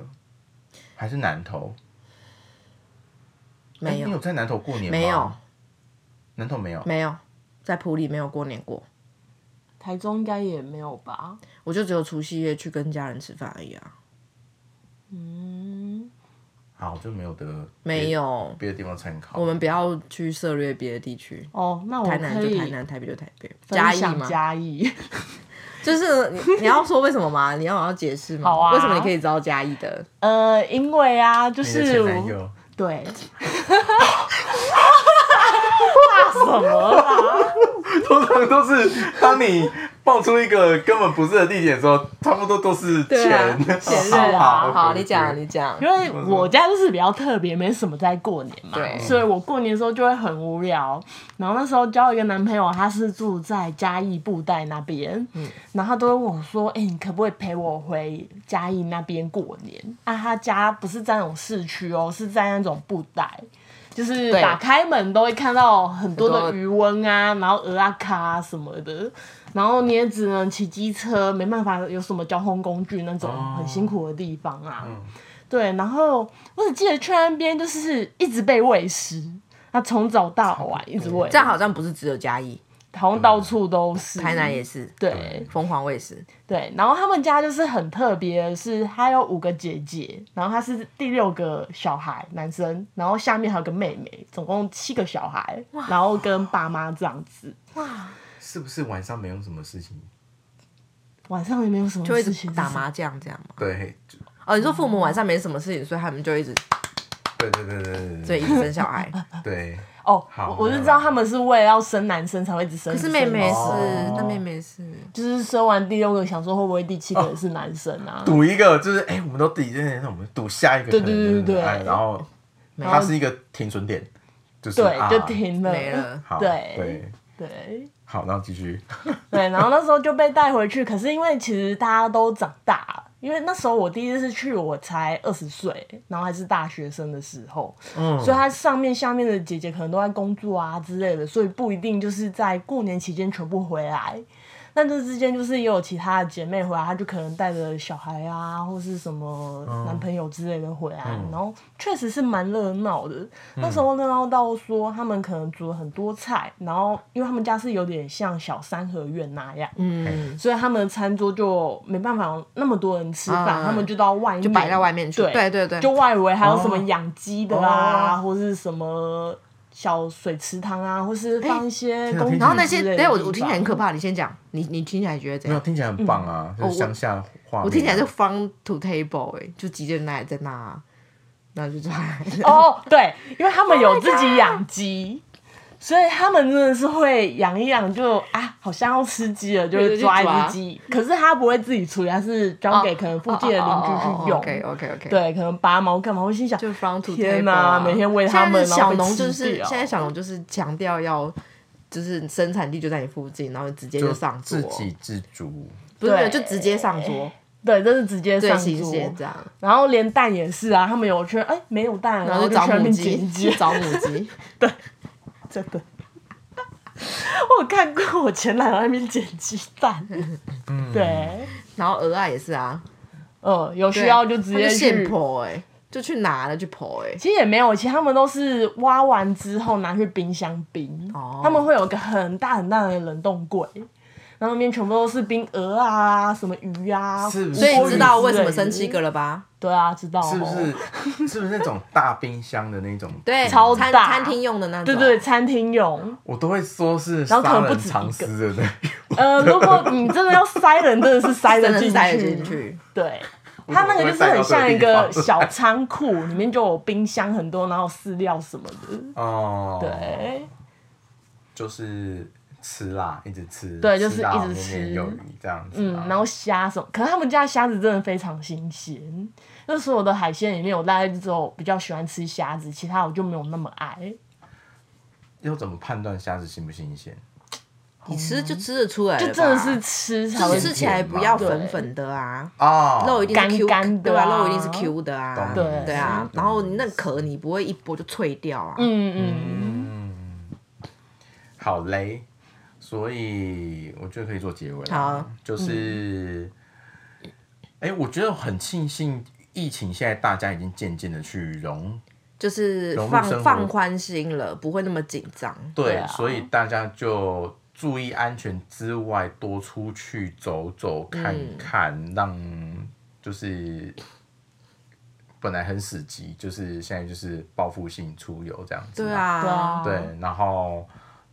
A: 还是南投？哎
B: 没
A: 你有
B: 有
A: 在南投过年吗？
B: 没有，
A: 南投没有。
B: 没有，在埔里没有过年过，
C: 台中应该也没有吧？
B: 我就只有除夕夜去跟家人吃饭而已啊，
C: 嗯，
A: 好，就没有得
B: 没有。
A: 别的地方参考。
B: 我们不要去涉略别的地区，
C: 哦，那我
B: 台南
C: 可
B: 就
C: 以
B: 台南，台北就台北，嘉
C: 分
B: 义
C: 享
B: 嘛，
C: 嘉义，
B: 就是你你要说为什么吗？你要我要解释吗？
C: 好啊
B: 为什么你可以知道嘉义
C: [laughs]
B: 的？
C: 呃，因为啊，就
A: 你的
C: 是
A: 前男
C: 我
A: 友，
C: 对，
B: [laughs]
C: 怕什么啦？
A: 通常都是当你爆出一个根本不是的地点的时候，差不多都是
B: 对啊，
A: 前 [laughs]
C: [laughs]
B: 前
A: 任
B: 任啊，好，你。
A: OK，
B: 讲
A: OK
B: 你讲
C: 因，为我家就是比较特别，没什么在过年嘛，
B: 对
C: 所以我过年的时候就会很无聊。然后那时候交一个男朋友，他是住在嘉义布袋那边，
B: 嗯
C: 然后他都会问我说：“哎、你可不可以陪我回嘉义那边过年？”啊，他家不是在那种市区哦，是在那种布袋。就是
B: 对
C: 打开门都会看到很多
B: 很多
C: 的鱼翁啊，然后鹅啊、卡啊什么的，然后你也只能骑机车，没办法有什么交通工具那种
B: 哦
C: 很辛苦的地方啊。
B: 嗯
C: 对，然后我只记得去那边就是一直被喂食，他从早到晚一直喂
B: 这，样好像不是只有嘉义，
C: 好像到处都是。
B: 台南也是，
C: 嗯对
B: 凤凰卫视，
C: 对，然后他们家就是很特别，的是他有五个姐姐，然后他是第六个小孩，男生，然后下面还有个妹妹，总共七个小孩，然后跟爸妈这样子。
A: 是不是晚上没有什么事情？
C: 晚上也没有什么
B: 就一
C: 事
B: 直
C: 情，
B: 打？麻将这样嘛。
A: 对，就
B: 哦，你说父母晚上没什么事情，所以他们就一直
A: 对对对对
B: 所
A: 对
B: 以一直生小孩。
A: 对对。
C: 哦，
A: 好
C: 我我就
A: 没有
C: 知道他们是为了要生男生才会一直生，
B: 可是
C: 一直生
B: 妹妹
C: 男生
B: 是
A: 哦，
B: 那妹妹是，
C: 就是生完第六个，想说会不会第七
A: 哦
C: 个也是男生啊？
A: 赌一个就是，哎，我们都抵，那我们赌下一个可
C: 对
A: 能
C: 对
A: 就是。
C: 对对对
A: 哎然后
B: 没
A: 它
B: 有
A: 是一个停损点，就是
C: 对，
A: 啊
C: 就停了，
B: 没了。
C: [laughs]
A: 好，
C: 对
A: 对，
C: 对
A: 好，然后继续。
C: 对，然后那时候就被带回去，可是因为其实大家都长大了，因为那时候我第一次去我才二十岁，然后还是大学生的时候，
A: 嗯
C: 所以他上面下面的姐姐可能都在工作啊之类的，所以不一定就是在过年期间全部回来。那这之间就是也有其他的姐妹回来，她就可能带着小孩啊，或是什么男朋友之类的回来，然后确实是蛮热闹的。那时候热闹到说他们可能煮了很多菜，然后因为他们家是有点像小三合院那样，
B: 嗯，
C: 所以他们的餐桌就没办法有那么多人吃饭，
B: 嗯
C: 他们就到外面
B: 就摆到外面去。
C: 对
B: 对对对，
C: 就外围还有什么养鸡的啊，
A: 哦
C: 或是什么小水池塘啊，或是
B: 哎
C: 放一些
A: 天啊
C: 工
A: 听起
C: 具
A: 来
B: 然后那些
C: 嗯之类，的
B: 等下我
C: 地
B: 我听起来
C: 方
B: 很可怕，你先讲，你你听起来觉得怎
A: 没有，
B: 样？
A: 听起来很
C: 嗯
A: 棒
C: 哦
A: 啊，就是乡下话。
B: 我听起来就 farm to table 哎，就几件那在那啊，那就这
C: [laughs]
B: 样。
C: 哦，对，因为他们有自己养
B: Oh
C: 鸡。所以他们真的是会养一养就啊，好像要吃鸡了，就
B: 对
C: 会
B: 就
C: 抓一
B: 抓
C: 只鸡。可是他不会自己处理，他是交给可能附近的
B: 哦
C: 邻居去用。
B: OK OK OK。
C: 对，可能拔毛干嘛？我心想，
B: 就 from to
C: 天
B: table 啊
C: 每天喂他
B: 现在
C: 们
B: 是小农
C: 然
B: 就
C: 后被吃
B: 是
C: 掉
B: 现在小农就是强调要，就是生产地就在你附近，然后直接
A: 就
B: 上桌
A: 自，给自足。
B: 不是不是
C: 对
B: 就直接上桌，
C: 对，这是直接
B: 最
C: 上
B: 新
C: 桌。
B: 鲜这样，
C: 然后连蛋也是啊，他们有去哎、没有蛋，
B: 然后
C: 后就
B: 就找
C: 去那
B: 母
C: 边
B: 鸡
C: 捡鸡，
B: [laughs] 找母鸡，
C: 真的。 [laughs] 我看过我前男友那边捡鸡蛋，
A: 嗯，
C: 对，
B: 然后鹅啊也是啊，
C: 嗯，有
B: 对
C: 需要就直接
B: 他就现
C: 去。
B: 剖哎，就去拿了去剖哎，
C: 其实也没有，其实他们都是挖完之后拿去冰箱冰，
B: 哦
C: 他们会有一个很大很大的冷冻柜，然后里面全部都是冰鹅啊、什么鱼啊，
A: 是不是
B: 所以你知道为什么
C: 生
B: 生七个了吧？
C: 对啊，知道哦
A: 是不是 [laughs] 是不是那种大冰箱的那种？
B: 对，
C: 超
B: 餐
C: 大
B: 餐厅用的那种，
C: 对对，餐厅用。
A: 我都会说是
C: 然后可
A: 杀
C: 能不
A: 人
C: 止一个
A: 藏尸的那
C: 呃，如果你真的要塞人，真的是塞
B: [laughs] 真
C: 得
B: 的是
C: 进
B: 塞得
C: 去。
B: 进去，
C: 对， [laughs] 它那个就是很像一
A: 我
C: 个
A: [laughs] 不会带到这地方
C: 小仓库，里面就有冰箱很多，然后饲料什么的。
A: 哦，，
C: 对，
A: 就是吃啦，一直吃，
C: 对就是
A: 到
C: 一直吃
A: 年年有余这样子啊嘛。
C: 嗯，然后虾什么，可是他们家的虾子真的非常新鲜。那所有的海鲜里面，我大概只有比较喜欢吃虾子，其他我就没有那么爱。
A: 要怎么判断虾子新不新鲜？
B: 你吃就吃得出来了
C: 哦就
B: 吧，
C: 真的是吃才
B: 就
C: 会
B: 是吃起来不要粉粉的啊，
A: 哦，
B: 肉一定是
C: 干
B: Q
C: 干的
B: 对吧？
C: 啊
B: 肉一定是 Q 的啊，
A: 懂
C: 对
B: 对啊
A: 懂。
B: 然后你那壳你不会一剥就脆掉啊，
C: 嗯嗯，
A: 好嘞，所以我觉得可以做结尾了。
B: 好，嗯
A: 就是，哎、我觉得很庆幸疫情现在大家已经渐渐的去融，
B: 就是
A: 融入生活
B: 放放宽心了，不会那么紧张。
A: 对，
C: 对啊
A: 所以大家就注意安全之外，多出去走走看看，
B: 嗯
A: 让就是。本来很死急，就是现在就是报复性出游这样子嘛。
B: 对
C: 对
B: 啊，
C: 啊，
A: 对，然后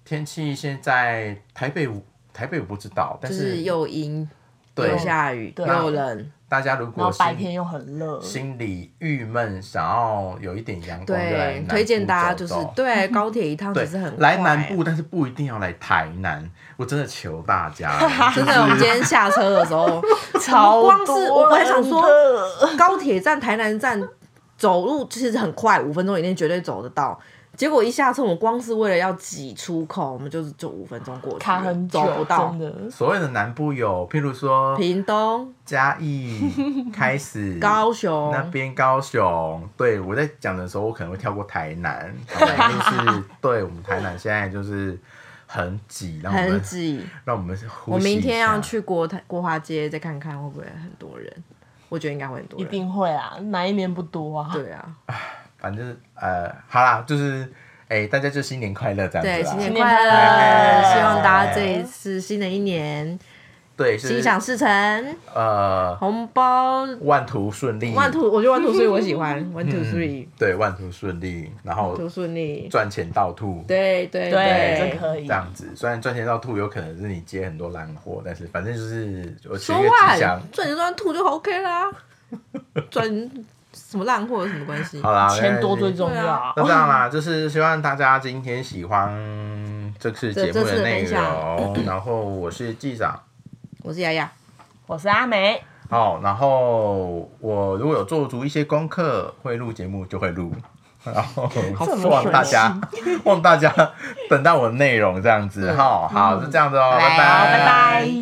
A: 天气现在台北台北我不知道，但
B: 就
A: 是
B: 是又阴
A: 对
B: 又下雨
C: 对啊
B: 又冷，
A: 大家如
C: 然
A: 果
C: 后白
A: 心
C: 天又很热，
A: 心里郁闷，想要有一点阳
C: 啊
A: 光，就来
B: 对
A: 南，部
B: 推荐大家就是
A: 走走
B: 对高铁一
C: [laughs]
B: 趟
A: 对
B: 只是很
A: 来
B: 快啊
A: 南部，但是不一定要来台南，我真的求大
B: [laughs]
A: 家了，
B: 真的，我们今天下车的时 [laughs] 候，
C: 超
B: 光是啊我本来想说
C: 多人的
B: 高铁站、台南站走路其实很快，五分钟以内绝对走得到。结果一下车，我们光是为了要挤出口，我们就是就五分钟过去了，
C: 卡很久，
B: 走不到
C: 真。的。
A: 所谓的南部有，譬如说
B: 屏东、
A: 嘉义开始，
B: [laughs] 高
A: 那
B: 雄，
A: 边高雄，对我在讲的时候，我可能会跳过台南，台南就是对我们台南现在就是很挤，让我
B: 很
A: 们
B: 挤。
A: 让我们呼吸
B: 我明天要
A: 一下，
B: 去国台国华街再看看会不会很多人，我觉得应该会很多
C: 一
B: 人。
C: 定会啊，哪一年不多啊？
B: 对啊，
A: 反正呃，好啦，就是哎、大家就新年快乐这样子啦。
B: 对，新年
C: 新年
B: 快
C: 快
B: 乐！
A: 乐
B: 希望大家这一次新的一年
A: 对，就是
B: 心想事成，
A: 呃，
B: 红包
A: 万途顺利，嗯
B: 万途，我觉得万途所以我喜欢万途 three，
A: 对，万途顺利，然后
B: 途顺利。
A: 赚钱到吐。
B: 对对
A: 哦
C: 对
A: 对
C: 这可以
A: 这样子。虽然赚钱到吐有可能是你接很多烂货，但是反正就是我学
B: 说
A: 一个
B: 话
A: 吉祥。
B: 赚钱赚吐就 OK
A: [laughs]
B: 啦，赚什么烂货有什么关系？
A: 好啦，
C: 钱多
A: 那
C: 最重
B: 对
C: 要
B: 啊。
A: 那这样啦，就是希望大家今天喜欢这次节目
B: 这这次的
A: 内
B: 分享
A: 容。然后我是记长，
B: 我是雅雅，
C: 我是阿梅，
A: 好，然后我如果有做足一些功课，会录节目就会
C: [laughs]
A: 录。然后
C: 这么
A: 望大
C: 随
A: 家， [laughs]
C: 嗯
A: 望大家等到我的内容这样子哈、好，就这样子哦，
B: 拜
A: 拜
B: 拜
C: 好，拜拜。